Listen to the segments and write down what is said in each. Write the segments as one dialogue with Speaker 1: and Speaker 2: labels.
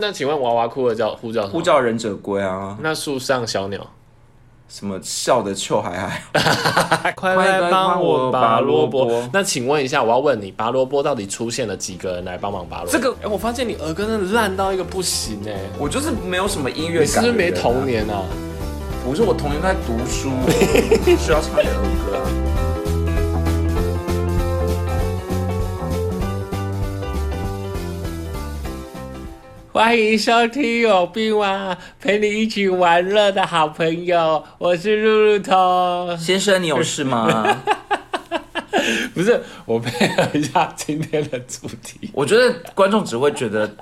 Speaker 1: 那请问娃娃哭的叫呼叫什么
Speaker 2: 呼？叫忍者龟啊，
Speaker 1: 那树上小鸟，
Speaker 2: 什么笑的臭海海，
Speaker 1: 快
Speaker 2: 来帮我拔萝卜
Speaker 1: 那请问一下，我要问你，拔萝卜到底出现了几个人来帮忙拔萝卜？
Speaker 2: 这个
Speaker 1: 哎、我发现你儿歌真的烂到一个不行哎、
Speaker 2: 我就是没有什么音乐
Speaker 1: 你
Speaker 2: 感。
Speaker 1: 是不是没童？年啊？
Speaker 2: 不是我童年都在读 书，需要唱点儿歌啊。
Speaker 1: 欢迎收听有病吗？啊陪你一起玩乐的好朋友，我是露露头。
Speaker 2: 先生，你有事吗？
Speaker 1: 不是，我配合一下今天的主题。
Speaker 2: 我觉得观众只会觉得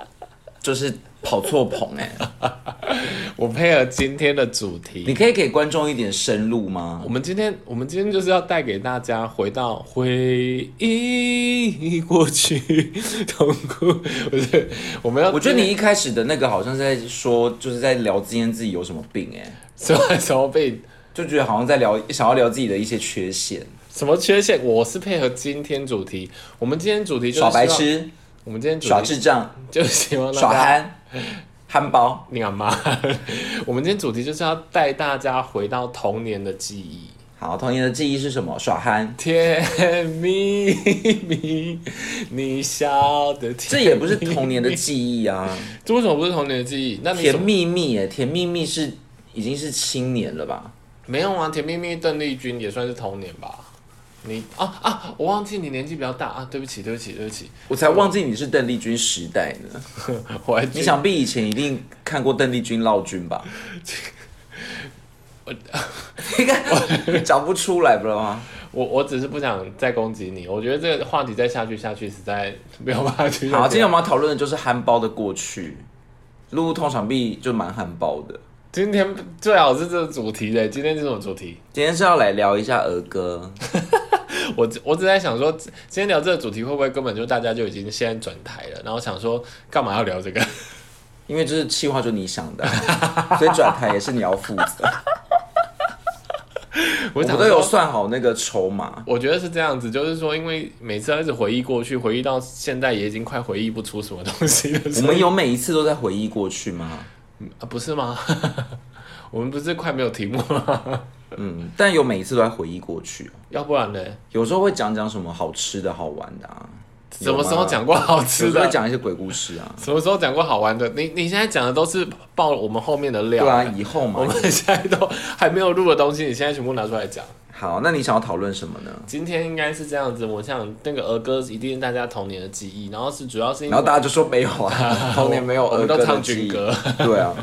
Speaker 2: 就是跑错棚哎、
Speaker 1: 我配合今天的主
Speaker 2: 你
Speaker 1: 题。
Speaker 2: 可以给观众一点深入吗
Speaker 1: 我？们今天，我们今天就是要带给大家回到回忆过去，痛苦不是？我们要，
Speaker 2: 我觉得你一开始的那个好像是在说，就是在聊今天自己有什么病哎、
Speaker 1: 什么什么被
Speaker 2: 就觉得好像在聊想要聊自己的一些缺陷，
Speaker 1: 什么缺陷？我是配合今天主题。我们今天主题就是
Speaker 2: 耍白
Speaker 1: 希望，
Speaker 2: 痴、
Speaker 1: 我们今天主
Speaker 2: 耍
Speaker 1: 题
Speaker 2: 智障、
Speaker 1: 就是希望大
Speaker 2: 耍
Speaker 1: 家
Speaker 2: 憨、憨包。
Speaker 1: 你干嘛？我们今天主题就是要带大家回到童年的记忆，
Speaker 2: 好，童年的记忆是什么？耍憨。
Speaker 1: 甜蜜蜜，你笑的甜。
Speaker 2: 这也不是童年的记忆啊，
Speaker 1: 这为什么不是童年的记 忆？那你什
Speaker 2: 甜
Speaker 1: 么
Speaker 2: 蜜蜜耶，甜蜜蜜是已经是青年了吧？
Speaker 1: 没有啊？甜蜜蜜、邓丽君也算是童年吧？你啊啊！我忘记你年纪比较大啊，对不起，对不起，对不起，
Speaker 2: 我才忘记你是邓丽君时代呢。
Speaker 1: 我还
Speaker 2: 你想必以前一定看过邓丽君、闹君 吧？你 看找不出来不了 吗？
Speaker 1: 我我只是不想再攻击你，我觉得这个话题再下去下去实在 没有办法去。
Speaker 2: 好，今天我们要讨论的就是憨包的过去。陆陆通常必就蛮憨包的，
Speaker 1: 今天最好是这个主题的，今天是什么主题？
Speaker 2: 今天是要来聊一下儿歌。
Speaker 1: 我只我只在想说，今天聊这个主题会不会根本就大家就已经现在转台了？然后想说干嘛要聊这个？
Speaker 2: 因为这是气话，就你想的啊，所以转台也是你要负责。
Speaker 1: 我
Speaker 2: 我
Speaker 1: 想
Speaker 2: 们都有
Speaker 1: 说，
Speaker 2: 算好那个筹码，
Speaker 1: 我觉得是这样子，就是说，因为每次要一直回忆过去，回忆到现在也已经快回忆不出什么东西了。
Speaker 2: 我
Speaker 1: 所以
Speaker 2: 们有每一次都在回忆过去吗？
Speaker 1: 啊，不是吗？ 我们不是快没有题目了 吗？
Speaker 2: 嗯，但有每一次都在回忆过去，
Speaker 1: 要不然呢？
Speaker 2: 有时候会讲讲什么好吃的好玩的啊，
Speaker 1: 什么时候讲
Speaker 2: 有
Speaker 1: 过
Speaker 2: 吗？
Speaker 1: 好吃
Speaker 2: 有时候
Speaker 1: 的
Speaker 2: 会？讲一些鬼故事啊，
Speaker 1: 什么时候讲过好玩的？你你现在讲的都是爆我们后面的料。
Speaker 2: 对啊，以 后
Speaker 1: 我
Speaker 2: 嘛。
Speaker 1: 们现在都还没有录的东西，你现在全部拿出来讲。
Speaker 2: 好，那你想要讨论什么呢？
Speaker 1: 今天应该是这样子，我想那个儿歌一定是大家童年的记忆，然后是主要是因
Speaker 2: 然后
Speaker 1: 为
Speaker 2: 大家就说没有啊，童年没有
Speaker 1: 我
Speaker 2: 儿
Speaker 1: 们
Speaker 2: 歌
Speaker 1: 都
Speaker 2: 的
Speaker 1: 唱
Speaker 2: 记
Speaker 1: 军
Speaker 2: 忆。
Speaker 1: 歌，
Speaker 2: 对啊，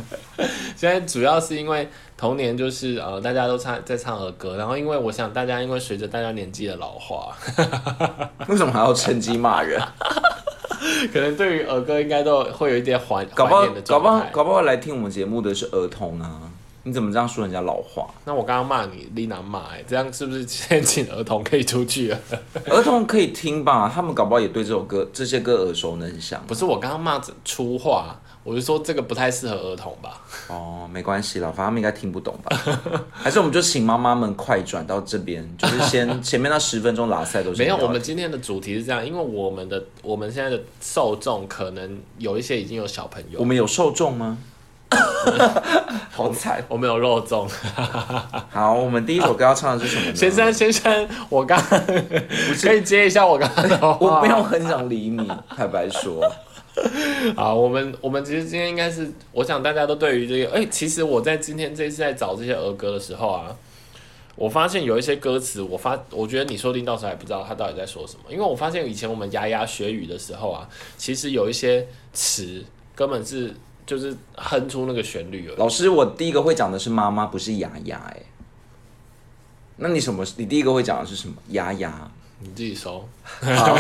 Speaker 1: 现在主要是因为童年就是呃大家都唱在唱儿歌，然后因为我想大家因为随着大家年纪的老化，
Speaker 2: 为什么还要趁机骂人？
Speaker 1: 可能对于儿歌应该都会有一点怀
Speaker 2: 搞不
Speaker 1: 怀
Speaker 2: 好
Speaker 1: 念的，
Speaker 2: 搞
Speaker 1: 状
Speaker 2: 不好
Speaker 1: 态，。
Speaker 2: 搞不好来听我们节目的是儿童啊！你怎么这样说人家老话？
Speaker 1: 那我刚刚骂你丽娜骂、欸，这样是不是现在请儿童可以出去了？
Speaker 2: 儿童可以听吧，他们搞不好也对这首歌、这些歌耳熟能详。
Speaker 1: 不是我刚刚骂粗话，我是说这个不太适合儿童吧。
Speaker 2: 哦，没关系啦，反正他们应该听不懂吧？ 还是我们就请妈妈们快转到这边，就是 先前面那十分钟拉塞都是
Speaker 1: 没有，啊
Speaker 2: 不要
Speaker 1: 我们今天的主题是这样，因为我们的我们现在的受众可能有一些已经有小朋
Speaker 2: 我
Speaker 1: 友，
Speaker 2: 们有受 众吗？好惨！
Speaker 1: 我们有啊肉粽。
Speaker 2: 好，我们第一首歌要唱的是什么呢？
Speaker 1: 先生，先生，我刚 可以接一下我刚刚的话。
Speaker 2: 我没有很想理你，坦白说，
Speaker 1: 啊，我们我们其实今天应该是，我想大家都对于这个，哎、其实我在今天这一次在找这些儿歌的时候啊，我发现有一些歌词，我发我觉得你说不定到时候还不知道他到底在说什么，因为我发现以前我们牙牙学语的时候啊，其实有一些词根本是就是哼出那个旋律而已。
Speaker 2: 老师，我第一个会讲的是妈妈，不是雅雅、哎，那你什么？你第一个会讲的是什么？雅雅。
Speaker 1: 你自己搜，
Speaker 2: 好，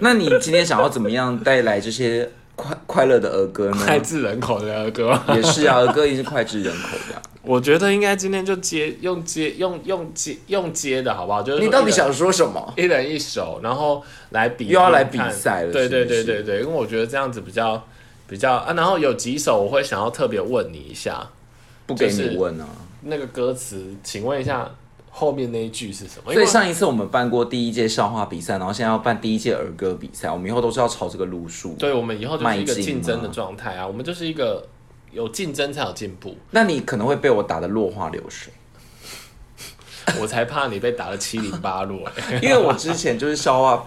Speaker 2: 那你今天想要怎么样带来这些快快乐的儿歌 呢？
Speaker 1: 脍炙人口的儿歌。
Speaker 2: 也是啊，儿歌也是脍炙人口的啊、
Speaker 1: 我觉得应该今天就接用接用用接用接的好不好？就是说
Speaker 2: 你到
Speaker 1: 一
Speaker 2: 底
Speaker 1: 人
Speaker 2: 想说什么？
Speaker 1: 一人一首，然后来比
Speaker 2: 又要来
Speaker 1: 看
Speaker 2: 比赛了
Speaker 1: 对对对
Speaker 2: 是不是
Speaker 1: 对对，因为我觉得这样子比较比较啊。然后有几首我会想要特别问你一下，
Speaker 2: 不给你问啊？
Speaker 1: 那个歌词，请问一下后面那一句是什么？因
Speaker 2: 所
Speaker 1: 为
Speaker 2: 以上一次我们办过第一届校花比赛，然后现在要办第一届儿歌比赛，我们以后都是要朝这个路数。
Speaker 1: 对我们以后就是一个
Speaker 2: 迈进
Speaker 1: 竞争的
Speaker 2: 嘛
Speaker 1: 状态啊，我们就是一个有竞争才有进步。
Speaker 2: 那你可能会被我打得落花流水，
Speaker 1: 我才怕你被打的七零八落、欸，
Speaker 2: 因为我之前就是校花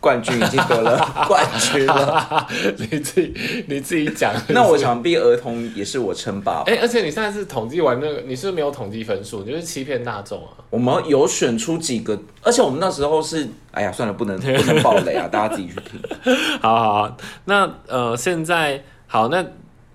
Speaker 2: 冠军已经得了冠军 了，
Speaker 1: 你自己你自己讲。
Speaker 2: 那我想必儿童也是我称霸吧。
Speaker 1: 哎、而且你上次统计完那个，你是不是没有统计分数，你就是欺骗大众啊！
Speaker 2: 我们有选出几个，而且我们那时候是，哎呀，算了，不 能不能爆雷啊，大家自己去听。
Speaker 1: 好好好，那呃，现在好，那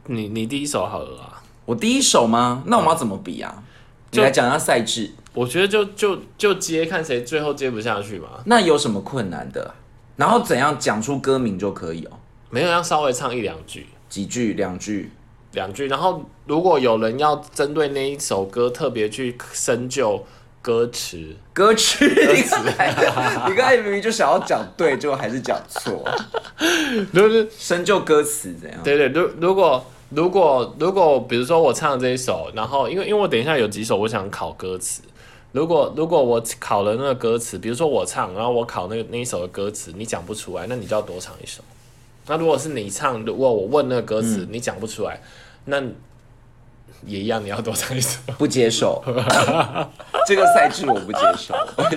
Speaker 1: 你你第一首好了啊。
Speaker 2: 我第一首吗？那我们要怎么比啊？你
Speaker 1: 就
Speaker 2: 来讲一下赛制，
Speaker 1: 我觉得就就就接看谁最后接不下去嘛，
Speaker 2: 那有什么困难的？然后怎样讲出歌名就可以哦，
Speaker 1: 没有要稍微唱一两句，
Speaker 2: 几句两句。
Speaker 1: 两句。然后如果有人要针对那一首歌特别去深究歌词，
Speaker 2: 歌曲，你 刚才你刚才明明就想要讲对，结果还是讲错，
Speaker 1: 如果
Speaker 2: 深究歌词怎样？
Speaker 1: 对对，如如果如果如果比如说我唱这一首，然后因为因为我等一下有几首我想考歌词，如果如果我考了那个歌词，比如说我唱，然后我考那个那一首的歌词，你讲不出来，那你就要多唱一首。那如果是你唱，如果我问那个歌
Speaker 2: 嗯
Speaker 1: 词、你讲不出来，那也一样，你要多唱一首。
Speaker 2: 不接受，这个赛制我不接受。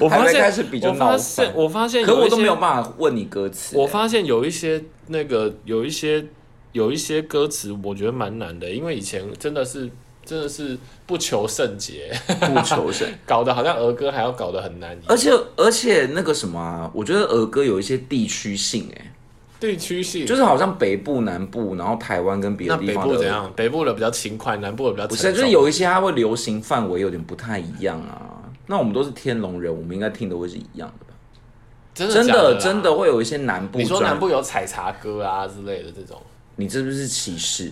Speaker 1: 我
Speaker 2: 还
Speaker 1: 发
Speaker 2: 没
Speaker 1: 现
Speaker 2: 开始比就
Speaker 1: 我发
Speaker 2: 闹
Speaker 1: 现
Speaker 2: 翻
Speaker 1: 我发现，
Speaker 2: 可我都没有。办法问你歌词、
Speaker 1: 我发现有一些那个有一些有一些歌词，我觉得蛮难的，因为以前真的是真的是不求甚解，
Speaker 2: 不求生，
Speaker 1: 搞得好像儿歌还要搞得很难一样。
Speaker 2: 而且而且那个什么啊，我觉得儿歌有一些地区性、哎，
Speaker 1: 地区性
Speaker 2: 就是好像北部、南部，然后台湾跟别
Speaker 1: 那
Speaker 2: 的地
Speaker 1: 北
Speaker 2: 方
Speaker 1: 部
Speaker 2: 的
Speaker 1: 怎样？北部的比较轻快，南部的比较
Speaker 2: 不
Speaker 1: 沉
Speaker 2: 是，
Speaker 1: 重。
Speaker 2: 就是有一些它会流行范围有点不太一样啊。那我们都是天龙人，我们应该听的会是一样的吧？
Speaker 1: 真的
Speaker 2: 真
Speaker 1: 假的啦
Speaker 2: 真的。会有一些南部。
Speaker 1: 你说南部？有采茶歌啊之类的这种
Speaker 2: 你这不是歧视？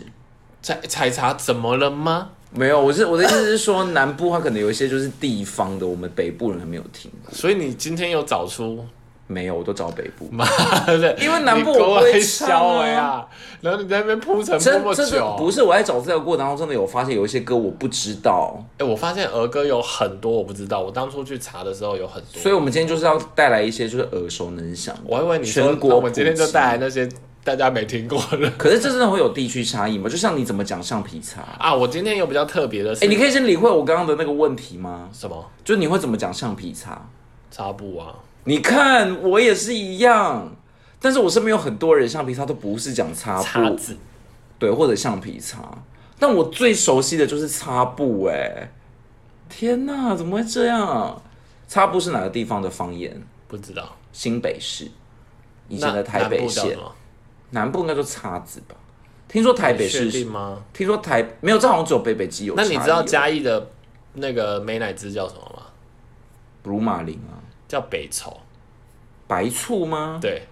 Speaker 1: 采采茶怎么了吗？
Speaker 2: 没有，我是我的意思是说，南部它可能有一些就是地方的，我们北部人还没有听过。
Speaker 1: 所以你今天有找出
Speaker 2: 没有，我都找北部。
Speaker 1: 妈的，
Speaker 2: 因为南部
Speaker 1: 你勾
Speaker 2: 我不会
Speaker 1: 来
Speaker 2: 唱
Speaker 1: 消哎
Speaker 2: 啊
Speaker 1: 啊，然后你在那边铺陈
Speaker 2: 真
Speaker 1: 那么
Speaker 2: 真的
Speaker 1: 久，
Speaker 2: 不是我在找资料过程当中，真的有发现有一些歌我不知道，
Speaker 1: 哎、我发现儿歌有很多我不知道，我当初去查的时候有很多。
Speaker 2: 所以我们今天就是要带来一些就是耳熟能详的。
Speaker 1: 我还以为你说，
Speaker 2: 全国
Speaker 1: 那我们今天就
Speaker 2: 普及
Speaker 1: 带来那些大家没听过的
Speaker 2: 可是这真的会有地区差异吗？就像你怎么讲橡皮擦？哎、
Speaker 1: 啊。我今天有比较特别的是，
Speaker 2: 你可以先理会我刚刚的那个问题吗？
Speaker 1: 什么
Speaker 2: 就你会怎么讲橡皮擦？
Speaker 1: 纱布啊？
Speaker 2: 你看我也是一样，但是我身边有很多人橡皮擦都不是讲擦
Speaker 1: 叉
Speaker 2: 布，
Speaker 1: 子，
Speaker 2: 对，或者橡皮擦。但我最熟悉的就是擦布、哎，天哪，怎么会这样？擦布是哪个地方的方言？
Speaker 1: 不知道。
Speaker 2: 新北市，以
Speaker 1: 以
Speaker 2: 前的台北县，
Speaker 1: 吗？
Speaker 2: 南部应该就叉子吧？听说台北
Speaker 1: 确定
Speaker 2: 市，
Speaker 1: 吗？
Speaker 2: 听说台没有，这好像只有北北基有
Speaker 1: 那
Speaker 2: 差异哦。
Speaker 1: 你知道嘉义的那个美乃滋叫什么吗？
Speaker 2: 乳马林啊，
Speaker 1: 叫北丑。
Speaker 2: 白醋吗？
Speaker 1: 对，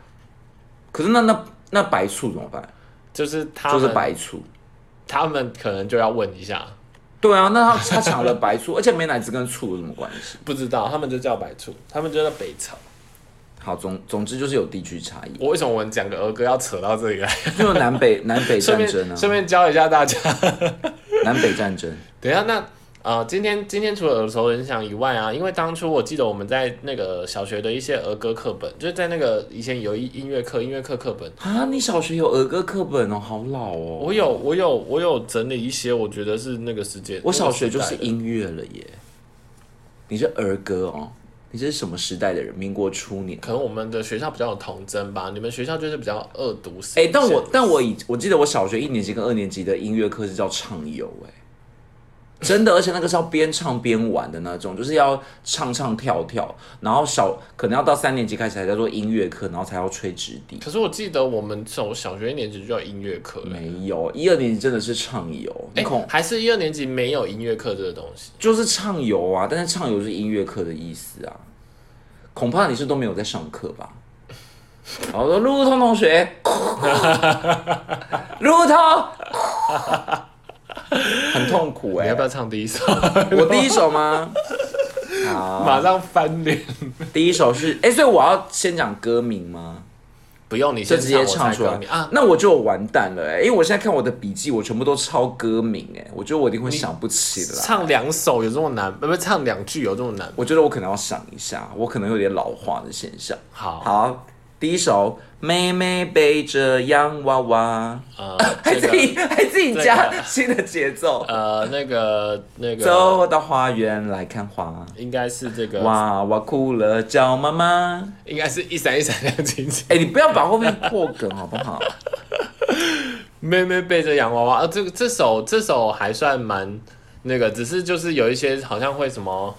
Speaker 2: 可是那那那白醋怎么办？
Speaker 1: 就是他
Speaker 2: 就
Speaker 1: 们，
Speaker 2: 是白醋。
Speaker 1: 他们可能就要问一下，
Speaker 2: 对啊，那他他抢了白醋，而且 美乃滋跟醋有什么关系？
Speaker 1: 不知道，他们就叫白醋，他们就叫北丑。
Speaker 2: 好，总总之就是有地区差异，
Speaker 1: 我为什么我们讲个儿歌要扯到这里来？
Speaker 2: 就有南 北南北
Speaker 1: 顺
Speaker 2: 战争啊
Speaker 1: 便，顺便教一下大家。
Speaker 2: 南北战争。
Speaker 1: 等一下，那呃，今天今天除了耳熟能详以外啊，因为当初我记得我们在那个小学的一些儿歌课本，就是在那个以前有一音乐课，音乐课课本，
Speaker 2: 啊，你小学有儿歌课本哦，好老哦。
Speaker 1: 我有我有我有整理一些，我觉得是那个世界。
Speaker 2: 我小学就
Speaker 1: 那个
Speaker 2: 是
Speaker 1: 时代的
Speaker 2: 音乐了耶。你是儿歌哦？你这是什么时代的人？民国初年。
Speaker 1: 可能我们的学校比较有童真吧，你们学校就是比较恶毒。
Speaker 2: 哎、但我但我以我记得我小学一年级跟二年级的音乐课是叫唱游哎、真的，而且那个是要边唱边玩的那种，就是要唱唱跳跳，然后小可能要到三年级开始才叫做音乐课，然后才要吹直笛。
Speaker 1: 可是我记得我们从小学一年级就有音乐课了，
Speaker 2: 没有，一二年级真的是唱游，你
Speaker 1: 哎、
Speaker 2: 恐、
Speaker 1: 还是一二年级没有音乐课这个东西。
Speaker 2: 就是唱游啊，但是唱游是音乐课的意思啊。恐怕你是都没有在上课吧？好的，路通同学， 路通，很痛苦
Speaker 1: 你
Speaker 2: 哎、
Speaker 1: 要不要唱第一首？
Speaker 2: 我第一首吗？好，啊
Speaker 1: 马上翻脸。
Speaker 2: 第一首是哎、所以我要先讲歌名吗？
Speaker 1: 不用你
Speaker 2: 就
Speaker 1: 先
Speaker 2: 直接
Speaker 1: 我
Speaker 2: 唱
Speaker 1: 猜
Speaker 2: 出来
Speaker 1: 歌名啊，
Speaker 2: 那我就完蛋了、欸，因为我现在看我的笔记，我全部都抄歌名、欸，哎，我觉得我一定会想不起来。
Speaker 1: 唱两首有这么难？呃不不，唱两句有这么难？
Speaker 2: 我觉得我可能要想一下，我可能有点老化的现象。
Speaker 1: 好，
Speaker 2: 好，第一首，妹妹背着洋娃娃，
Speaker 1: 呃，
Speaker 2: 还
Speaker 1: 这
Speaker 2: 自
Speaker 1: 个
Speaker 2: 己还自己
Speaker 1: 这个
Speaker 2: 加新的节奏。
Speaker 1: 呃，那个那个，
Speaker 2: 走到花园来看花，
Speaker 1: 应该是这个，
Speaker 2: 娃娃哭了叫妈妈。
Speaker 1: 应该是一闪一闪亮晶晶。
Speaker 2: 哎、你不要把后面破梗好不 好？
Speaker 1: 妹妹背着洋娃娃，呃，这个这首这首还算蛮那个，只是就是有一些好像会什么，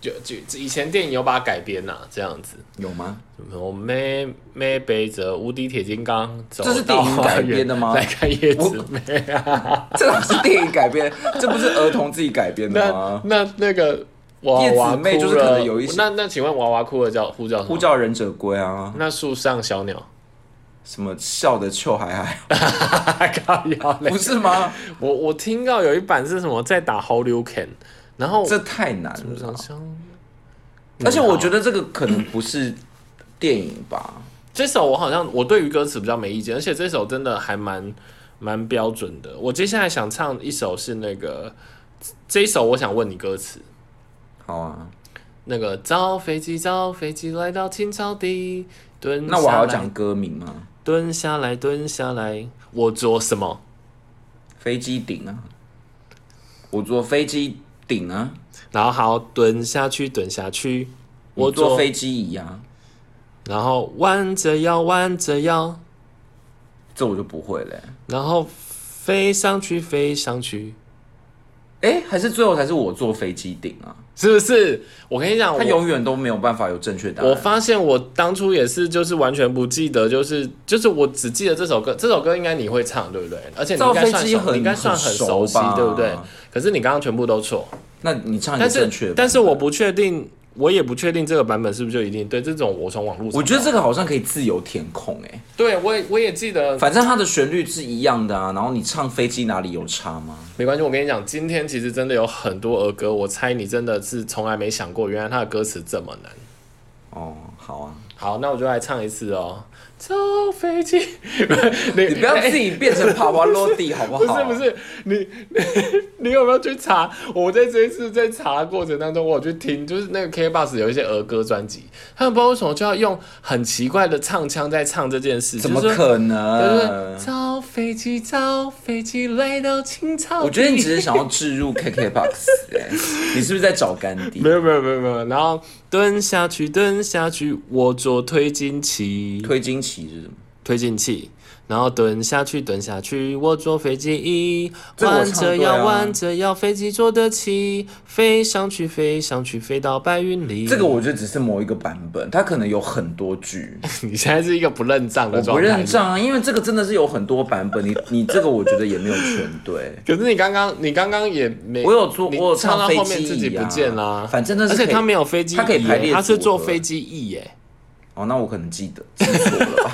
Speaker 1: 就就以前电影有把它改编呐、这样子。
Speaker 2: 有吗？
Speaker 1: 什么妹妹背着无敌铁金刚走
Speaker 2: 这是
Speaker 1: 到
Speaker 2: 电影
Speaker 1: 花
Speaker 2: 改
Speaker 1: 园
Speaker 2: 编的吗
Speaker 1: 来看叶子妹啊，
Speaker 2: 这哪是电影改编？ 这不是儿童自己改编的
Speaker 1: 那
Speaker 2: 吗？
Speaker 1: 那那个娃娃
Speaker 2: 啊叶子妹就是
Speaker 1: 哭
Speaker 2: 可
Speaker 1: 了
Speaker 2: 能有一些
Speaker 1: 那那请问娃娃哭了叫呼叫什么
Speaker 2: 呼叫忍者龟啊，
Speaker 1: 那树上小 鸟，
Speaker 2: 什么笑的臭海海，
Speaker 1: 靠腰嘞
Speaker 2: 不！是 吗？
Speaker 1: 我我听到有一版是什么在打 How You Can，然后
Speaker 2: 这太难了
Speaker 1: 好
Speaker 2: 啦。
Speaker 1: 像
Speaker 2: 而且我觉得这个可能不是电影吧，
Speaker 1: 这首我好像我对于歌词比较没意见，而且这首真的还蛮蛮标准的。我接下来想唱一首是那个这一首，我想问你歌词。
Speaker 2: 好啊，
Speaker 1: 那个造飞机，造飞机来到青草地，蹲
Speaker 2: 那我还
Speaker 1: 下
Speaker 2: 要
Speaker 1: 来
Speaker 2: 讲，歌名吗？
Speaker 1: 蹲下来，蹲下来，我做什么？
Speaker 2: 飞机顶啊，我坐飞机顶啊，
Speaker 1: 然后好，蹲下去，蹲下去，我
Speaker 2: 你坐飞机椅啊，
Speaker 1: 然后弯着腰，弯着腰，
Speaker 2: 这我就不会嘞、
Speaker 1: 然后飞上去，飞上去，
Speaker 2: 诶，还是最后才是我坐飞机顶啊，
Speaker 1: 是不是？我跟你讲，
Speaker 2: 他
Speaker 1: 我
Speaker 2: 永远都没有办法有正确答
Speaker 1: 我
Speaker 2: 案。
Speaker 1: 发现我当初也是，就是完全不记得，就是就是我只记得这首歌，这首歌应该你会唱，对不对？而且你应该
Speaker 2: 造
Speaker 1: 算
Speaker 2: 飞机
Speaker 1: 熟，
Speaker 2: 很
Speaker 1: 你应该算很熟悉
Speaker 2: 很熟吧，
Speaker 1: 对不对？可是你刚刚全部都错，
Speaker 2: 那你唱一个
Speaker 1: 但
Speaker 2: 正确
Speaker 1: 是
Speaker 2: 的
Speaker 1: 但是我不确定，我也不确定这个版本是不是就一定对。这种我从网络上，
Speaker 2: 我觉得这个好像可以自由填空哎、
Speaker 1: 对我也我也记得，
Speaker 2: 反正它的旋律是一样的啊，然后你唱飞机哪里有差吗？
Speaker 1: 没关系。我跟你讲，今天其实真的有很多儿歌，我猜你真的是从来没想过，原来它的歌词这么难。
Speaker 2: 哦，好啊，
Speaker 1: 好，那我就来唱一次哦。造飞机， 你
Speaker 2: 你不要自己变成帕瓦罗蒂好 不
Speaker 1: 不是
Speaker 2: 好？
Speaker 1: 不，是，你 你有没有去查？我在这一次在查的过程当中，我有去听，就是那个 K Bus 有一些儿歌专辑，他们不知道为什么就要用很奇怪的唱腔在唱这件事，
Speaker 2: 怎么
Speaker 1: 就是说？
Speaker 2: 可
Speaker 1: 就是
Speaker 2: 能？
Speaker 1: 造飞机，造飞机来到青草地。
Speaker 2: 我觉得你只是想要置入 KKBOX，哎、你是不是在找干爹
Speaker 1: 没？有没有没有没有，然后蹲下去，蹲下去，我做推进器，
Speaker 2: 推金旗是什么？
Speaker 1: 推进器，然后蹲下去，蹲下去，我坐飞机翼，
Speaker 2: 这个我
Speaker 1: 弯
Speaker 2: 唱
Speaker 1: 着
Speaker 2: 对啊
Speaker 1: 腰，弯着腰，飞机坐得起，飞上去，飞上去，飞到白云里。
Speaker 2: 这个我觉得只是某一个版本，它可能有很多 句，
Speaker 1: 你现在是一个不认账的
Speaker 2: 我不
Speaker 1: 状态。
Speaker 2: 认账啊，因为这个真的是有很多版本，你 你这个我觉得也没有全对。
Speaker 1: 可是你刚刚，你刚刚也没，
Speaker 2: 我有做，
Speaker 1: 你
Speaker 2: 我有
Speaker 1: 唱到
Speaker 2: 飞
Speaker 1: 后面
Speaker 2: 机
Speaker 1: 自
Speaker 2: 椅
Speaker 1: 己不
Speaker 2: 啊
Speaker 1: 见啦、
Speaker 2: 反正那是
Speaker 1: 而
Speaker 2: 可以，
Speaker 1: 且他没有飞机翼耶，
Speaker 2: 它可以排列组合
Speaker 1: 他是坐飞机翼耶。
Speaker 2: 哦，那我可能记得记错了 吧。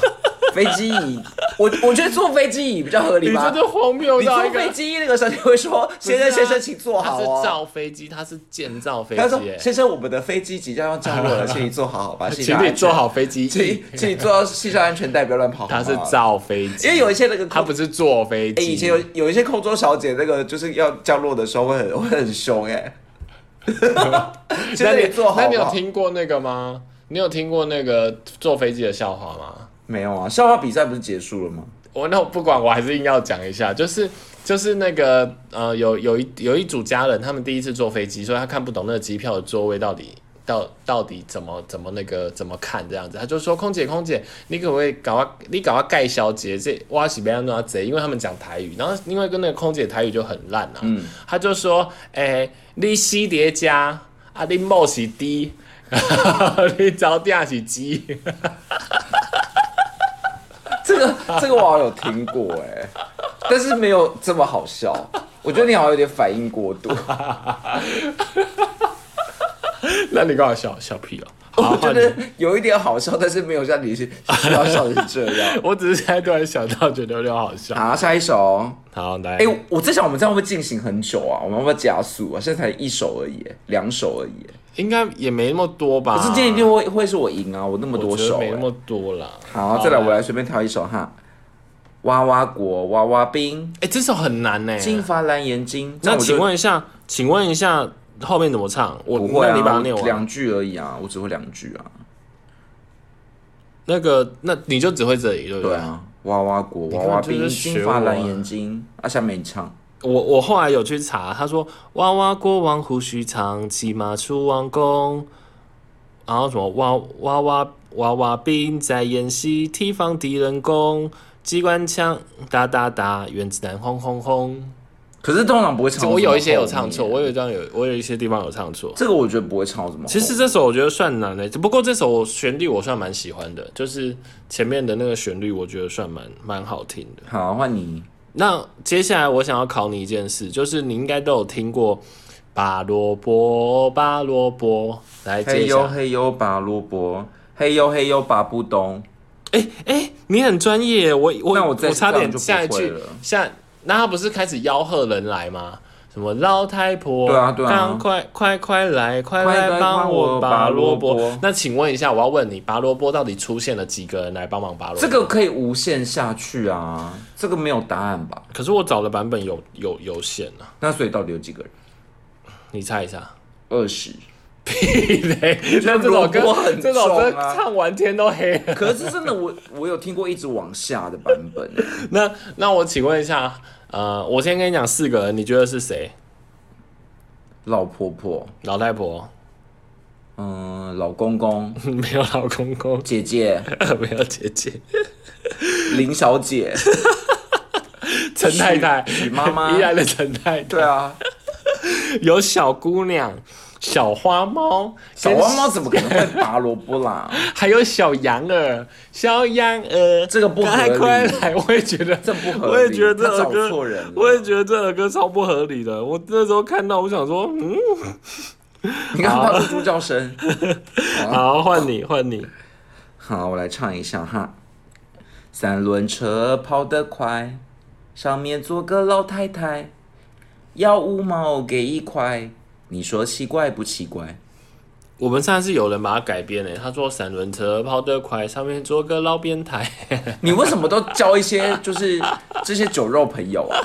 Speaker 2: 飞机椅，我我觉得坐飞机椅比较合
Speaker 1: 你
Speaker 2: 理吧
Speaker 1: 真。的荒谬
Speaker 2: 你
Speaker 1: 到
Speaker 2: 坐
Speaker 1: 一个
Speaker 2: 飞。机那个小姐会说：“ 先生，
Speaker 1: 不是啊
Speaker 2: 先生，请坐好
Speaker 1: 他是
Speaker 2: 哦。
Speaker 1: 造飞机，他是建造”飞
Speaker 2: 他说
Speaker 1: 机：“耶。
Speaker 2: 先生，我们的飞机即将要降落 了，请你坐好好吧，
Speaker 1: 请你坐，好飞机翼
Speaker 2: 请，请你坐到系上安全带，不要乱跑。”
Speaker 1: 他是，造飞机，
Speaker 2: 因为有一些那个
Speaker 1: 他
Speaker 2: 空
Speaker 1: 不是坐飞
Speaker 2: 哎、
Speaker 1: 机，
Speaker 2: 以前有有一些空中小姐，那个就是要降落的时候会很 会很凶哎、 现
Speaker 1: 那
Speaker 2: 在
Speaker 1: 你
Speaker 2: 你坐好
Speaker 1: 那
Speaker 2: 不
Speaker 1: 你有
Speaker 2: 好？
Speaker 1: 听过那个吗？你有听过那个坐飞机的笑话吗？
Speaker 2: 没有啊，笑话比赛不是结束了吗？
Speaker 1: 我那我不管，我还是硬要讲一下，就是就是那个呃，有有一有一组家人，他们第一次坐飞机，所以他看不懂那个机票的座位到底到到底怎么怎么那个怎么看这样子，他就说空姐空姐，你可不可以搞啊你搞啊盖小姐这哇西别让他啊贼，因为他们讲台语，然后因为跟那个空姐台语就很烂啊，他就说诶、你西叠加啊你某是低， 你早点是鸡。
Speaker 2: 这个这个我好像有听过哎、但是没有这么好笑。我觉得你好像有点反应过度，
Speaker 1: 那你刚好笑笑屁了。好
Speaker 2: 我觉
Speaker 1: 换你
Speaker 2: 得有一点好笑，但是没有像你是要笑成这样。
Speaker 1: 我只是现在突然想到，觉得有点好笑。
Speaker 2: 好，下一首。
Speaker 1: 好，来，
Speaker 2: 哎、我在想我们这样会不会进行很久啊？我们要不要加速啊？现在才一首而已欸，两首而已欸。
Speaker 1: 应该也没那么多吧。
Speaker 2: 可是今天一定会会是我赢啊！我那么多
Speaker 1: 我觉
Speaker 2: 首、
Speaker 1: 得没那
Speaker 2: 欸。
Speaker 1: 么多啦。
Speaker 2: 好，再来我来随便挑一首哈，《娃娃国娃娃兵
Speaker 1: 哎、这首很难呢、》
Speaker 2: 金发蓝眼睛。这
Speaker 1: 那
Speaker 2: 样我就
Speaker 1: 请问一下，请问一下后面怎么唱？我
Speaker 2: 不会啊，
Speaker 1: 那你把它念
Speaker 2: 我
Speaker 1: 完。
Speaker 2: 两句而已啊，我只会两句啊。
Speaker 1: 那个，那你就只会这里，对不
Speaker 2: 对啊，娃娃国
Speaker 1: 你
Speaker 2: 娃
Speaker 1: 根本
Speaker 2: 娃
Speaker 1: 就是
Speaker 2: 兵
Speaker 1: 学
Speaker 2: 金发
Speaker 1: 我
Speaker 2: 蓝
Speaker 1: 啊
Speaker 2: 眼睛，啊，下面你唱。
Speaker 1: 我我后来有去查，他说娃娃国王胡须长，骑马出王宫，然后什么娃娃娃娃娃兵在演习，提防敌人攻，机关枪哒哒哒，原子弹轰轰轰。
Speaker 2: 可是通常不会唱到
Speaker 1: 我
Speaker 2: 这么
Speaker 1: 哦有一些有
Speaker 2: 后
Speaker 1: 唱错，
Speaker 2: 面
Speaker 1: 我有一张有，我有一些地方有唱错。
Speaker 2: 这个我觉得不会唱到这么后面。
Speaker 1: 其实这首我觉得算难的、欸只不过这首旋律我算蛮喜欢的，就是前面的那个旋律，我觉得算蛮蛮好听的。
Speaker 2: 好换你，
Speaker 1: 那接下来我想要考你一件事，就是你应该都有听过“拔萝卜，拔萝卜”，来接
Speaker 2: 嘿
Speaker 1: 一
Speaker 2: 呦
Speaker 1: 下。
Speaker 2: 嘿呦拔萝卜，嘿呦嘿呦拔不懂。
Speaker 1: 哎、你很专业，我我
Speaker 2: 那我
Speaker 1: 我
Speaker 2: 再
Speaker 1: 差
Speaker 2: 这样
Speaker 1: 点
Speaker 2: 就不
Speaker 1: 下一
Speaker 2: 会
Speaker 1: 句
Speaker 2: 了
Speaker 1: 下，那他不是开始吆喝人来吗？什么老太婆？
Speaker 2: 对啊对啊
Speaker 1: 赶快快快来，快
Speaker 2: 快来
Speaker 1: 来帮
Speaker 2: 帮我
Speaker 1: 我
Speaker 2: 拔
Speaker 1: 拔
Speaker 2: 萝
Speaker 1: 萝
Speaker 2: 卜
Speaker 1: 卜。那请问一下，我要问你，拔萝卜到底出现了几个人来帮忙拔萝卜？
Speaker 2: 这个，可以无限下去啊，这个没有答案吧？
Speaker 1: 可是我找的版本有有有限啊，
Speaker 2: 那所以到底有几个人？
Speaker 1: 你猜一 下。
Speaker 2: 二十。
Speaker 1: 地雷，那这
Speaker 2: 萝
Speaker 1: 首
Speaker 2: 卜
Speaker 1: 歌
Speaker 2: 很
Speaker 1: 这首歌
Speaker 2: 重啊
Speaker 1: 唱完天都黑了。
Speaker 2: 可是真的我，我有听过一直往下的版本，
Speaker 1: 那那我请问一下，呃，我先跟你讲四个人，你觉得是谁？
Speaker 2: 老婆婆，
Speaker 1: 老太婆
Speaker 2: 嗯，老公公，
Speaker 1: 没有老公公，
Speaker 2: 姐姐，
Speaker 1: 没有姐姐，
Speaker 2: 林小姐，
Speaker 1: 陈太太，
Speaker 2: 许妈妈
Speaker 1: 依，然的陈太太，
Speaker 2: 对啊，
Speaker 1: 有小姑娘、小花猫、
Speaker 2: 小
Speaker 1: 跟
Speaker 2: 花猫怎么可能会拔萝卜 啦？
Speaker 1: 还有小羊儿、小羊儿，
Speaker 2: 这个不合
Speaker 1: 快
Speaker 2: 理
Speaker 1: 快来！我也觉得
Speaker 2: 这不合理
Speaker 1: 我也觉得这首
Speaker 2: 他找错人了
Speaker 1: 歌，我也觉得这首歌超不合理的。我那时候看到，我想说，嗯，
Speaker 2: 你刚刚发出猪叫声。
Speaker 1: 好，换你，换你。
Speaker 2: 好，我来唱一下哈。三轮车跑得快，上面坐个老太太，要五毛给一块，你说奇怪不奇怪？
Speaker 1: 我们上次有人把它改编诶，欸他说三轮车跑得快，上面坐个老变态。
Speaker 2: 你为什么都交一些就是 这些酒肉朋友啊？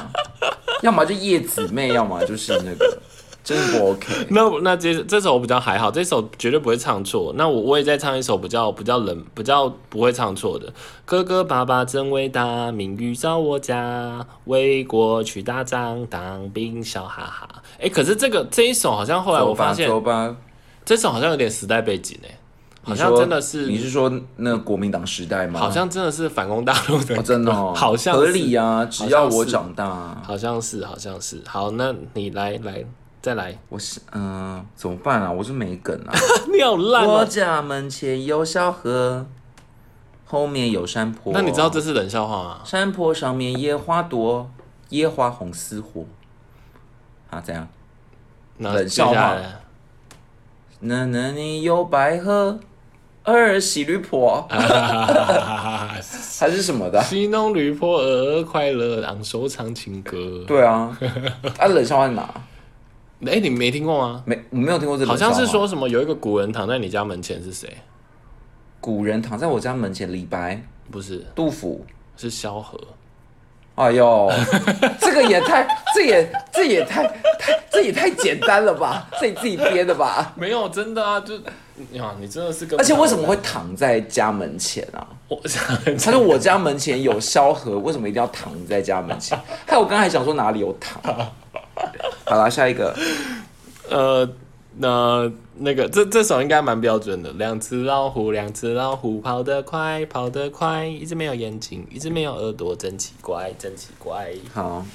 Speaker 2: 要么就叶子妹，要么就是那个，真的不 OK。
Speaker 1: 那那这这首我比较还好，这首绝对不会唱错。那我我也在唱一首比较比较冷、比较不会唱错的。哥哥爸爸真伟大，名誉照我家，为国去打仗，当兵笑哈哈。诶，可是这个这一首好像后来我
Speaker 2: 走吧
Speaker 1: 发现，
Speaker 2: 走吧，
Speaker 1: 这首好像有点时代背景诶，好
Speaker 2: 你
Speaker 1: 像
Speaker 2: 说
Speaker 1: 真的是
Speaker 2: 你是说那国民党时代吗？
Speaker 1: 好像真的是反攻大陆的歌、
Speaker 2: 哦真的哦，
Speaker 1: 好像
Speaker 2: 合
Speaker 1: 是
Speaker 2: 理啊，只要
Speaker 1: 像
Speaker 2: 我
Speaker 1: 是
Speaker 2: 长大啊，
Speaker 1: 好像是，好像是。好，那你来来再来，
Speaker 2: 我是嗯、怎么办啊？我是没梗啊。
Speaker 1: 你好烂
Speaker 2: 我
Speaker 1: 哦。
Speaker 2: 家门前有小河，后面有山坡。
Speaker 1: 那你知道这是冷笑话吗？
Speaker 2: 山坡上面野花多，野花红似火。啊，怎样？
Speaker 1: 那
Speaker 2: 冷笑话
Speaker 1: 接下来
Speaker 2: 那那里有白鹤，二喜驴 婆，
Speaker 1: 啊，
Speaker 2: 还是什么的？
Speaker 1: 西农驴破儿快乐，昂首唱情歌。
Speaker 2: 对啊，啊，冷笑话在哪？
Speaker 1: 哎，你没听过吗？
Speaker 2: 没，我没有听过这
Speaker 1: 好
Speaker 2: 冷笑
Speaker 1: 像
Speaker 2: 话。
Speaker 1: 是说什么有一个古人躺在你家门前是谁？
Speaker 2: 古人躺在我家门前，李白、
Speaker 1: 不是，
Speaker 2: 杜甫。
Speaker 1: 是萧何。
Speaker 2: 哎呦，这个也太，这也这也太太，这也太简单了吧？这你自己编的吧？
Speaker 1: 没有，真的啊，就啊，你真的是跟。
Speaker 2: 而且为什么会躺在家门前啊？
Speaker 1: 我？
Speaker 2: 他说我家门前有萧何，为什么一定要躺在家门前？害我刚才想说哪里有躺。好啦，下一个，
Speaker 1: 呃，那那个这这首应该蛮标准的。两只老虎，两只老虎跑得快，跑得快，一只没有眼睛，一只没有耳朵，真奇怪，真奇怪。
Speaker 2: 好，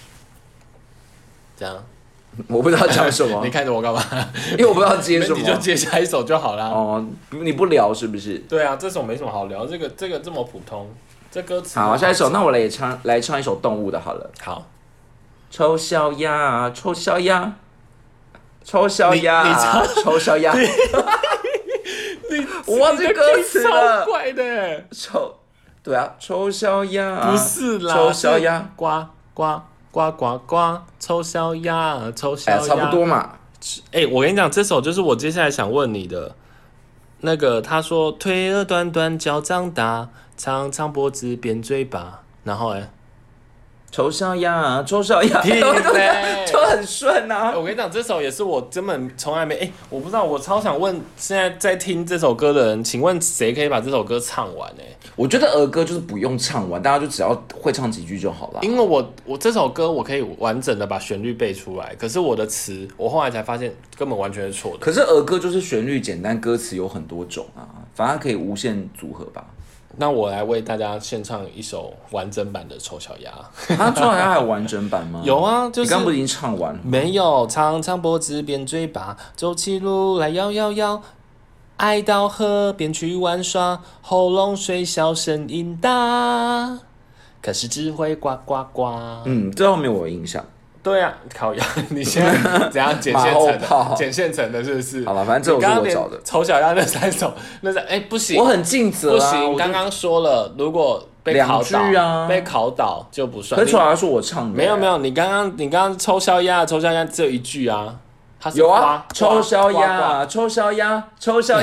Speaker 1: 这样，
Speaker 2: 我不知道讲什么
Speaker 1: 你，看着我干嘛？
Speaker 2: 因为我不知道接什
Speaker 1: 那你就
Speaker 2: 么。
Speaker 1: 接下一首就好啦。
Speaker 2: 哦，你不聊是不是？
Speaker 1: 对啊，这首没什么好聊，这个这个这么普通，这歌词
Speaker 2: 好，下一首，那我来也唱，来唱一首动物的好了。
Speaker 1: 好。
Speaker 2: 丑小鸭，丑小鸭，丑小
Speaker 1: 你你
Speaker 2: 鸭，丑 小鸭，
Speaker 1: 你
Speaker 2: 我忘记歌词了
Speaker 1: 超怪的，
Speaker 2: 丑，对啊，丑小鸭，
Speaker 1: 不是啦，
Speaker 2: 丑小鸭
Speaker 1: 是，呱呱呱呱呱，丑小鸭，丑
Speaker 2: 哎
Speaker 1: 小
Speaker 2: 呀，
Speaker 1: 鸭，
Speaker 2: 差不多嘛，
Speaker 1: 哎、我跟你讲，这首就是我接下来想问你的。那个他说腿儿短短脚长大，长长脖子扁嘴巴，然后哎、
Speaker 2: 丑小鸭，丑小鸭，
Speaker 1: 屁 嘞
Speaker 2: 就很顺啊
Speaker 1: 哎，。我跟你讲，这首也是我根本从来没哎、我不知道，我超想问现在在听这首歌的人，请问谁可以把这首歌唱完哎、
Speaker 2: 我觉得儿歌就是不用唱完，大家就只要会唱几句就好了。
Speaker 1: 因为我我这首歌我可以完整的把旋律背出来，可是我的词我后来才发现根本完全是错的。
Speaker 2: 可是儿歌就是旋律简单，歌词有很多种啊，反正可以无限组合吧。
Speaker 1: 那我来为大家献唱一首完整版的《丑小鸭》。
Speaker 2: 啊，丑小鸭还有完整版吗？
Speaker 1: 有啊，就
Speaker 2: 你刚不是
Speaker 1: 是
Speaker 2: 已经唱完了？
Speaker 1: 没有长长脖子变嘴巴，走起路来摇摇摇。爱到河边去玩耍，喉咙水小声音大，可是只会呱呱呱。
Speaker 2: 嗯，这后面我有印象。
Speaker 1: 对啊，烤鸭，你现在怎样剪现成
Speaker 2: 马后炮
Speaker 1: 的？剪现成的是不是？
Speaker 2: 好了，反正这
Speaker 1: 你
Speaker 2: 首
Speaker 1: 刚
Speaker 2: 是
Speaker 1: 刚
Speaker 2: 我
Speaker 1: 连
Speaker 2: 找的。
Speaker 1: 丑小鸭那三首，那三哎、不行，
Speaker 2: 我很尽责
Speaker 1: 不
Speaker 2: 啊，
Speaker 1: 行，
Speaker 2: 我就
Speaker 1: 刚刚说了，如果被
Speaker 2: 两
Speaker 1: 考倒
Speaker 2: 句啊
Speaker 1: 被考倒就不算。
Speaker 2: 可
Speaker 1: 你
Speaker 2: 是丑小鸭是我唱的，
Speaker 1: 没有没，有，你刚刚你刚刚抽小鸭，抽小鸭只有一句啊，它是
Speaker 2: 有啊，
Speaker 1: 呱
Speaker 2: 丑小，
Speaker 1: 呱呱
Speaker 2: 鸭，丑小鸭，丑小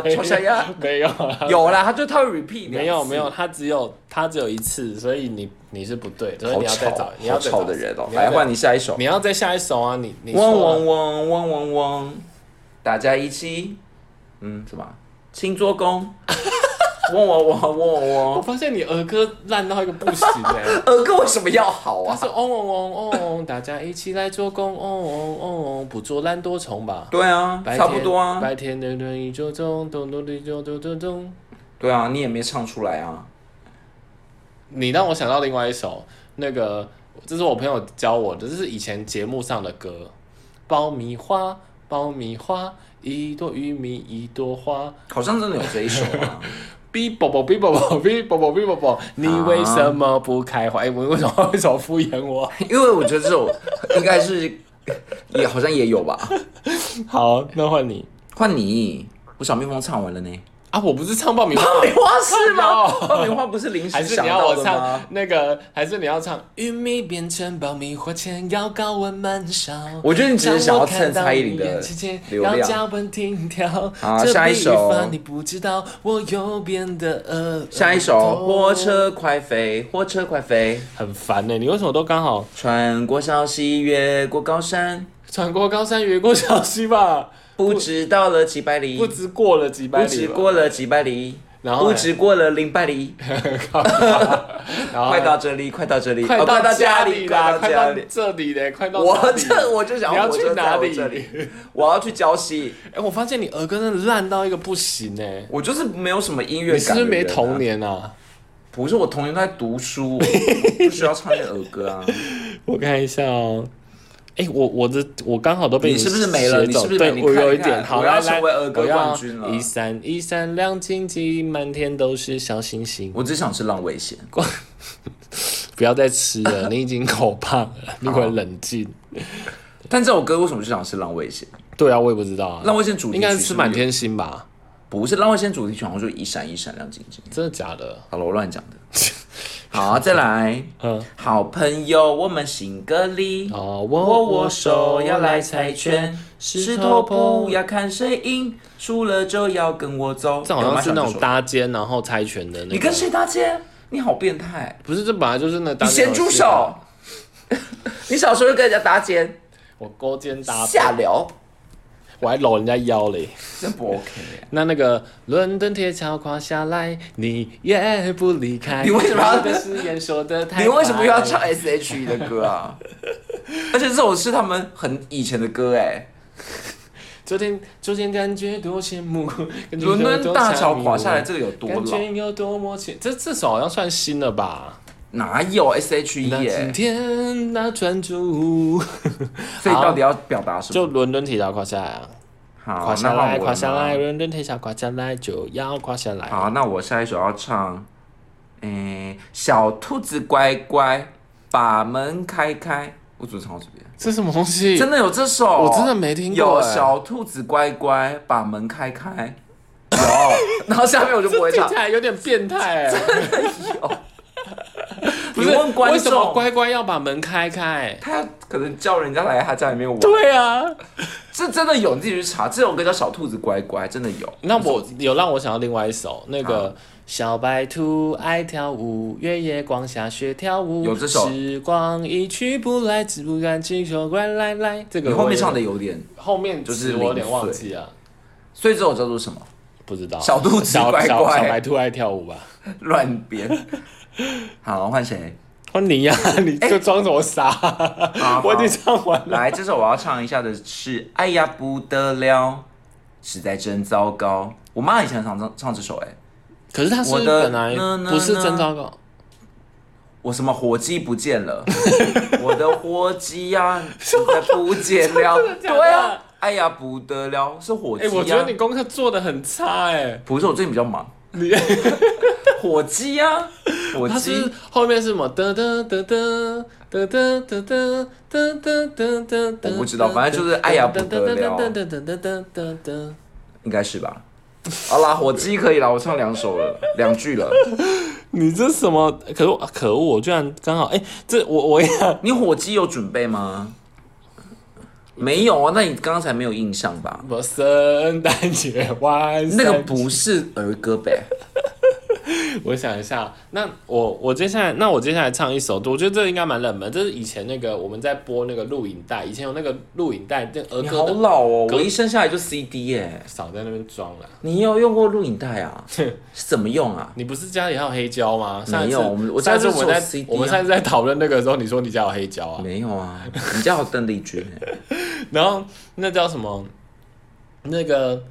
Speaker 1: 呱
Speaker 2: 丑小鸭，
Speaker 1: 没有啊
Speaker 2: 有啦，他就他会 repeat，
Speaker 1: 没有
Speaker 2: 两次
Speaker 1: 没有，，它只有它只有一次，所以你你是不对，所以
Speaker 2: 好
Speaker 1: 你要再找
Speaker 2: 吵，，
Speaker 1: 你要
Speaker 2: 好
Speaker 1: 再
Speaker 2: 吵
Speaker 1: 找
Speaker 2: 的人哦，
Speaker 1: 你要
Speaker 2: 来
Speaker 1: 再
Speaker 2: 换你下一首，
Speaker 1: 你要再下一首啊，你你
Speaker 2: 汪
Speaker 1: 说
Speaker 2: 汪
Speaker 1: 了
Speaker 2: 汪汪汪汪，大家一起，嗯，什么啊？请做 工，汪汪汪汪汪
Speaker 1: 我
Speaker 2: 汪，
Speaker 1: 发现你儿歌烂到一个不行哎、
Speaker 2: 儿歌为呃什么要好
Speaker 1: 他哦
Speaker 2: 啊？
Speaker 1: 是嗡嗡嗡嗡嗡，哦大家一起来做工，嗡嗡嗡嗡，不做懒惰虫吧。
Speaker 2: 对啊，
Speaker 1: 白天
Speaker 2: 差不多啊，
Speaker 1: 白天的轮椅就中，咚咚咚咚咚咚咚。
Speaker 2: 对啊，你也没唱出来啊，
Speaker 1: 你让我想到另外一首，那个这是我朋友教我的，这是以前节目上的歌，爆米花，爆米花，一朵玉米一朵花，
Speaker 2: 好像真的有这一首啊，
Speaker 1: 哔啵啵哔啵啵哔啵啵哔啵啵，你为什么不开怀？哎，我为什么为什么敷衍我？
Speaker 2: 因为我觉得这首应该是也好像也有吧。
Speaker 1: 好，那换你
Speaker 2: 换你，我小蜜蜂唱完了呢。
Speaker 1: 啊！我不是唱爆米花。
Speaker 2: 爆米花是吗？
Speaker 1: 哎呦
Speaker 2: 爆米花不是临
Speaker 1: 还
Speaker 2: 时
Speaker 1: 是
Speaker 2: 想
Speaker 1: 你要
Speaker 2: 到
Speaker 1: 我
Speaker 2: 的
Speaker 1: 唱
Speaker 2: 吗？
Speaker 1: 那个？还是你要唱玉米变成爆米花前要高温慢烧？
Speaker 2: 我觉得你只是想要蹭蔡依林
Speaker 1: 让我看到你眼
Speaker 2: 的
Speaker 1: 睛前
Speaker 2: 流
Speaker 1: 要
Speaker 2: 量。
Speaker 1: 加温停跳。
Speaker 2: 好
Speaker 1: 这
Speaker 2: 下一
Speaker 1: 笔
Speaker 2: 首
Speaker 1: 法你不知道我又变得呃。
Speaker 2: 下一
Speaker 1: 额
Speaker 2: 首，
Speaker 1: 头
Speaker 2: 火车快飞，火车快飞，
Speaker 1: 很烦欸呢、你为什么都刚好
Speaker 2: 穿过小溪，越过高山，
Speaker 1: 穿过高山越过小溪 吧？
Speaker 2: 不知到了几百里，
Speaker 1: 不知过了几百
Speaker 2: 不
Speaker 1: 里
Speaker 2: 知
Speaker 1: 吧
Speaker 2: 过，了几百里，
Speaker 1: 然后
Speaker 2: 不
Speaker 1: 呢
Speaker 2: 知过了零百里，
Speaker 1: 然后
Speaker 2: 快到这里，快到这里，
Speaker 1: 快
Speaker 2: 哦快
Speaker 1: 到
Speaker 2: 到家
Speaker 1: 里
Speaker 2: 里，
Speaker 1: 啦，
Speaker 2: 快到
Speaker 1: 快
Speaker 2: 家
Speaker 1: 到
Speaker 2: 里。
Speaker 1: 这里嘞，快到哪
Speaker 2: 我
Speaker 1: 里
Speaker 2: 这 我就想
Speaker 1: 你要
Speaker 2: 火
Speaker 1: 去
Speaker 2: 车
Speaker 1: 哪
Speaker 2: 在我
Speaker 1: 里
Speaker 2: 这里，我要去礁溪。
Speaker 1: 哎、我发现你儿歌真的烂到一个不行哎、
Speaker 2: 我就是没有什么音乐
Speaker 1: 你
Speaker 2: 感、
Speaker 1: 是不是没童？年啊？
Speaker 2: 不是我童年都在读书，我不 需要唱那儿歌啊。
Speaker 1: 我看一下哦。哎、我我的我刚好都被
Speaker 2: 你是不是没了
Speaker 1: 写走
Speaker 2: 你是不是
Speaker 1: 对
Speaker 2: 没了你
Speaker 1: 我
Speaker 2: 看
Speaker 1: 有一
Speaker 2: 看
Speaker 1: 点好，
Speaker 2: 我要
Speaker 1: 来来
Speaker 2: 成为儿歌
Speaker 1: 我要
Speaker 2: 冠军了
Speaker 1: 一闪一闪亮晶晶，满天都是小星星。
Speaker 2: 我只想吃浪味仙。
Speaker 1: 不要再吃 了，你已经口胖了，你会冷静。
Speaker 2: 但这首歌为什么就想吃浪味仙？
Speaker 1: 对啊，我也不知道啊。
Speaker 2: 浪味仙主题曲
Speaker 1: 应该
Speaker 2: 是
Speaker 1: 是
Speaker 2: 不是
Speaker 1: 吃满天星吧？
Speaker 2: 不是浪味仙主题曲，好像就一闪一闪亮晶晶。
Speaker 1: 真的假的？
Speaker 2: 好了，我乱讲的。 好，再来。
Speaker 1: 嗯。
Speaker 2: 好朋友，我们行个礼。
Speaker 1: 哦，握
Speaker 2: 握
Speaker 1: 握
Speaker 2: 握
Speaker 1: 手
Speaker 2: 手，
Speaker 1: 要
Speaker 2: 要
Speaker 1: 来
Speaker 2: 来
Speaker 1: 猜
Speaker 2: 猜
Speaker 1: 拳
Speaker 2: 拳，，
Speaker 1: 石
Speaker 2: 石
Speaker 1: 头
Speaker 2: 头
Speaker 1: 布
Speaker 2: 布
Speaker 1: 呀。
Speaker 2: 要看谁赢，输了就要跟我走。
Speaker 1: 这好像是那种搭
Speaker 2: 搭，
Speaker 1: 肩然后猜拳的那个。
Speaker 2: 你跟谁搭肩？你好变态！
Speaker 1: 不是，这本来就是那搭
Speaker 2: 你
Speaker 1: 肩
Speaker 2: 咸
Speaker 1: 游戏
Speaker 2: 猪手，
Speaker 1: 啊
Speaker 2: 你小时候就跟人家搭肩，
Speaker 1: 我勾肩搭背，
Speaker 2: 下流，
Speaker 1: 我还搂人家腰嘞。
Speaker 2: 真不 OK 耶。
Speaker 1: 那那个伦敦铁桥垮下来，你也不离开。
Speaker 2: 你为什么要
Speaker 1: 你的誓言说的太白？
Speaker 2: 你为什么又要唱 S.H.E 的歌 啊？而且这首是他们很以前的歌哎，
Speaker 1: 昨天昨天感觉多羡 慕，感觉有多
Speaker 2: 伦敦大桥垮下来
Speaker 1: 羡
Speaker 2: 这个有
Speaker 1: 慕
Speaker 2: 多
Speaker 1: 感
Speaker 2: 老？
Speaker 1: 觉有多么浅。这这首好像算新了吧？
Speaker 2: 哪有 S.H.E
Speaker 1: 那今
Speaker 2: 耶？
Speaker 1: 天那专注，
Speaker 2: 所以到底要表达什么？
Speaker 1: 就伦敦铁桥垮下来啊。
Speaker 2: 好，
Speaker 1: 垮下
Speaker 2: 哦那换我
Speaker 1: 来，
Speaker 2: 了
Speaker 1: 垮下
Speaker 2: 吗
Speaker 1: 来，伦敦铁桥垮下来就要垮下来。
Speaker 2: 好，那我下一首要唱，诶，小兔子乖乖，把门开开。我怎么唱到这边？
Speaker 1: 这什么东西？
Speaker 2: 真的有这首？
Speaker 1: 我真的没听过
Speaker 2: 有
Speaker 1: 哎
Speaker 2: 小兔子乖乖，把门开开。 有，然后下面我就不会
Speaker 1: 听
Speaker 2: 唱
Speaker 1: 起。来有点变态哎、
Speaker 2: 有
Speaker 1: 不不
Speaker 2: 你
Speaker 1: 是
Speaker 2: 问观
Speaker 1: 为什么
Speaker 2: 众，
Speaker 1: 乖乖要把门开开？
Speaker 2: 他可能叫人家来他家里面玩，
Speaker 1: 对啊，
Speaker 2: 这真的有，你自己去查。这首歌叫《小兔子乖乖》，真的有。
Speaker 1: 那我有让我想到另外一首，那个小白兔爱跳舞，越夜光下学跳舞。
Speaker 2: 有这首
Speaker 1: 时光一去不来，只不甘情求怪来来。这个
Speaker 2: 你后
Speaker 1: 我
Speaker 2: 面
Speaker 1: 也
Speaker 2: 唱的有点，
Speaker 1: 后面
Speaker 2: 就是
Speaker 1: 词我有点忘记了，
Speaker 2: 所以这首叫做什么？
Speaker 1: 不知道。
Speaker 2: 小肚子
Speaker 1: 小
Speaker 2: 乖
Speaker 1: 小
Speaker 2: 乖
Speaker 1: 小白兔爱跳舞吧？
Speaker 2: 乱 编。好，换谁？
Speaker 1: 换哦你 呀、你就装什么傻、
Speaker 2: 哎好
Speaker 1: 我已经唱完了。
Speaker 2: 来，这首我要唱一下的是《哎呀不得了》，实在真糟糕。我妈以前很常唱唱这首、哎，
Speaker 1: 可是他是
Speaker 2: 我的
Speaker 1: 本来
Speaker 2: 呢呢
Speaker 1: 不是
Speaker 2: 呢
Speaker 1: 真糟糕，
Speaker 2: 我什么火鸡不见 了，我的火鸡呀、实在不见了。
Speaker 1: 假的
Speaker 2: 对啊，哎呀不得了，是火
Speaker 1: 哎、
Speaker 2: 鸡
Speaker 1: 我觉
Speaker 2: 呀、
Speaker 1: 得你功课做的很差哎、
Speaker 2: 不是，我最近比较忙。 火鸡呀、火
Speaker 1: 它是
Speaker 2: 鸡。
Speaker 1: 后面是什么？噔噔噔噔噔噔噔噔噔噔噔噔
Speaker 2: 我不知道反正就是哎呀不得了
Speaker 1: 噔噔噔噔噔噔噔。
Speaker 2: 应该是吧？好啦，火鸡可以啦，我唱两首了，两句了。
Speaker 1: 你这什么？可恶可恶！我居然刚好哎、这我我也
Speaker 2: 你火鸡有准备吗？没有啊，那你刚才没有印象吧？
Speaker 1: 我圣诞节晚上
Speaker 2: 那个不是儿歌呗？
Speaker 1: 我想一下，那我我接下来，那我接下来唱一首，我觉得这应该蛮冷门，这是以前那个我们在播那个录影带，以前有那个录影带，那儿
Speaker 2: 你
Speaker 1: 歌
Speaker 2: 好
Speaker 1: 的
Speaker 2: 老哦，
Speaker 1: 歌
Speaker 2: 我一生下来就 CD 耶、
Speaker 1: 少在那边装了。
Speaker 2: 你有用过录影 带啊？是怎么用啊？
Speaker 1: 你不是家里还有黑胶吗？上一次
Speaker 2: 没有我们我
Speaker 1: 上一次
Speaker 2: 家就是
Speaker 1: 我们在
Speaker 2: 有 CD 啊
Speaker 1: 我们上一次在讨论那个的时候，你说你家有黑胶啊，
Speaker 2: 没有啊，你家有邓丽君耶、
Speaker 1: 然后那叫什么？那个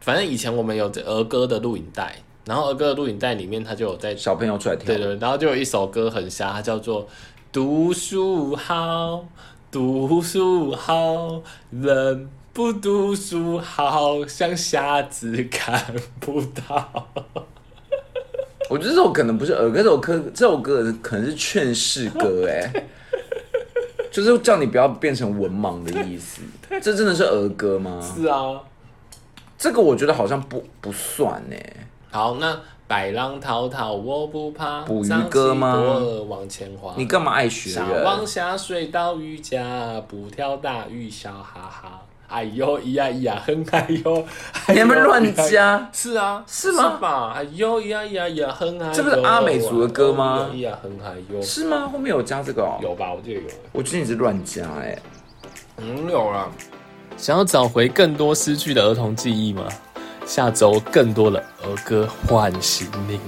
Speaker 1: 反正以前我们有儿歌的录影带，然后儿歌的录影带里面它就有在
Speaker 2: 小朋友出来跳
Speaker 1: 对。对，然后就有一首歌很瞎，它叫做《读书好，读书好，人不读书好，像瞎子看不到》。
Speaker 2: 嗯我觉得这首可能不是儿歌，这首歌这首歌可能是劝世歌哎、 就是叫你不要变成文盲的意思。这真的是儿歌吗？
Speaker 1: 是啊，
Speaker 2: 这个我觉得好像不不算哎、
Speaker 1: 好，那百浪滔滔我不怕，
Speaker 2: 捕鱼歌吗
Speaker 1: 张旗鼓儿往前滑。
Speaker 2: 你干嘛爱学
Speaker 1: 啊傻
Speaker 2: 人？
Speaker 1: 往下水到渔家，不挑大鱼小哈哈。哎呦咿呀咿呀哼，哎呦，哎呦
Speaker 2: 你还没乱
Speaker 1: 咿呀
Speaker 2: 加，
Speaker 1: 是啊，
Speaker 2: 是吗
Speaker 1: 吧？哎呦呀呀呀，哼啊！
Speaker 2: 这不是阿美族的歌吗
Speaker 1: 哎呦呀，哼啊哟，
Speaker 2: 是吗？后面有加这个哦、
Speaker 1: 有吧？我记得有。
Speaker 2: 我觉得你是乱加哎、
Speaker 1: 嗯，有了。想要找回更多失去的儿童记忆吗？下周更多的儿歌唤醒你。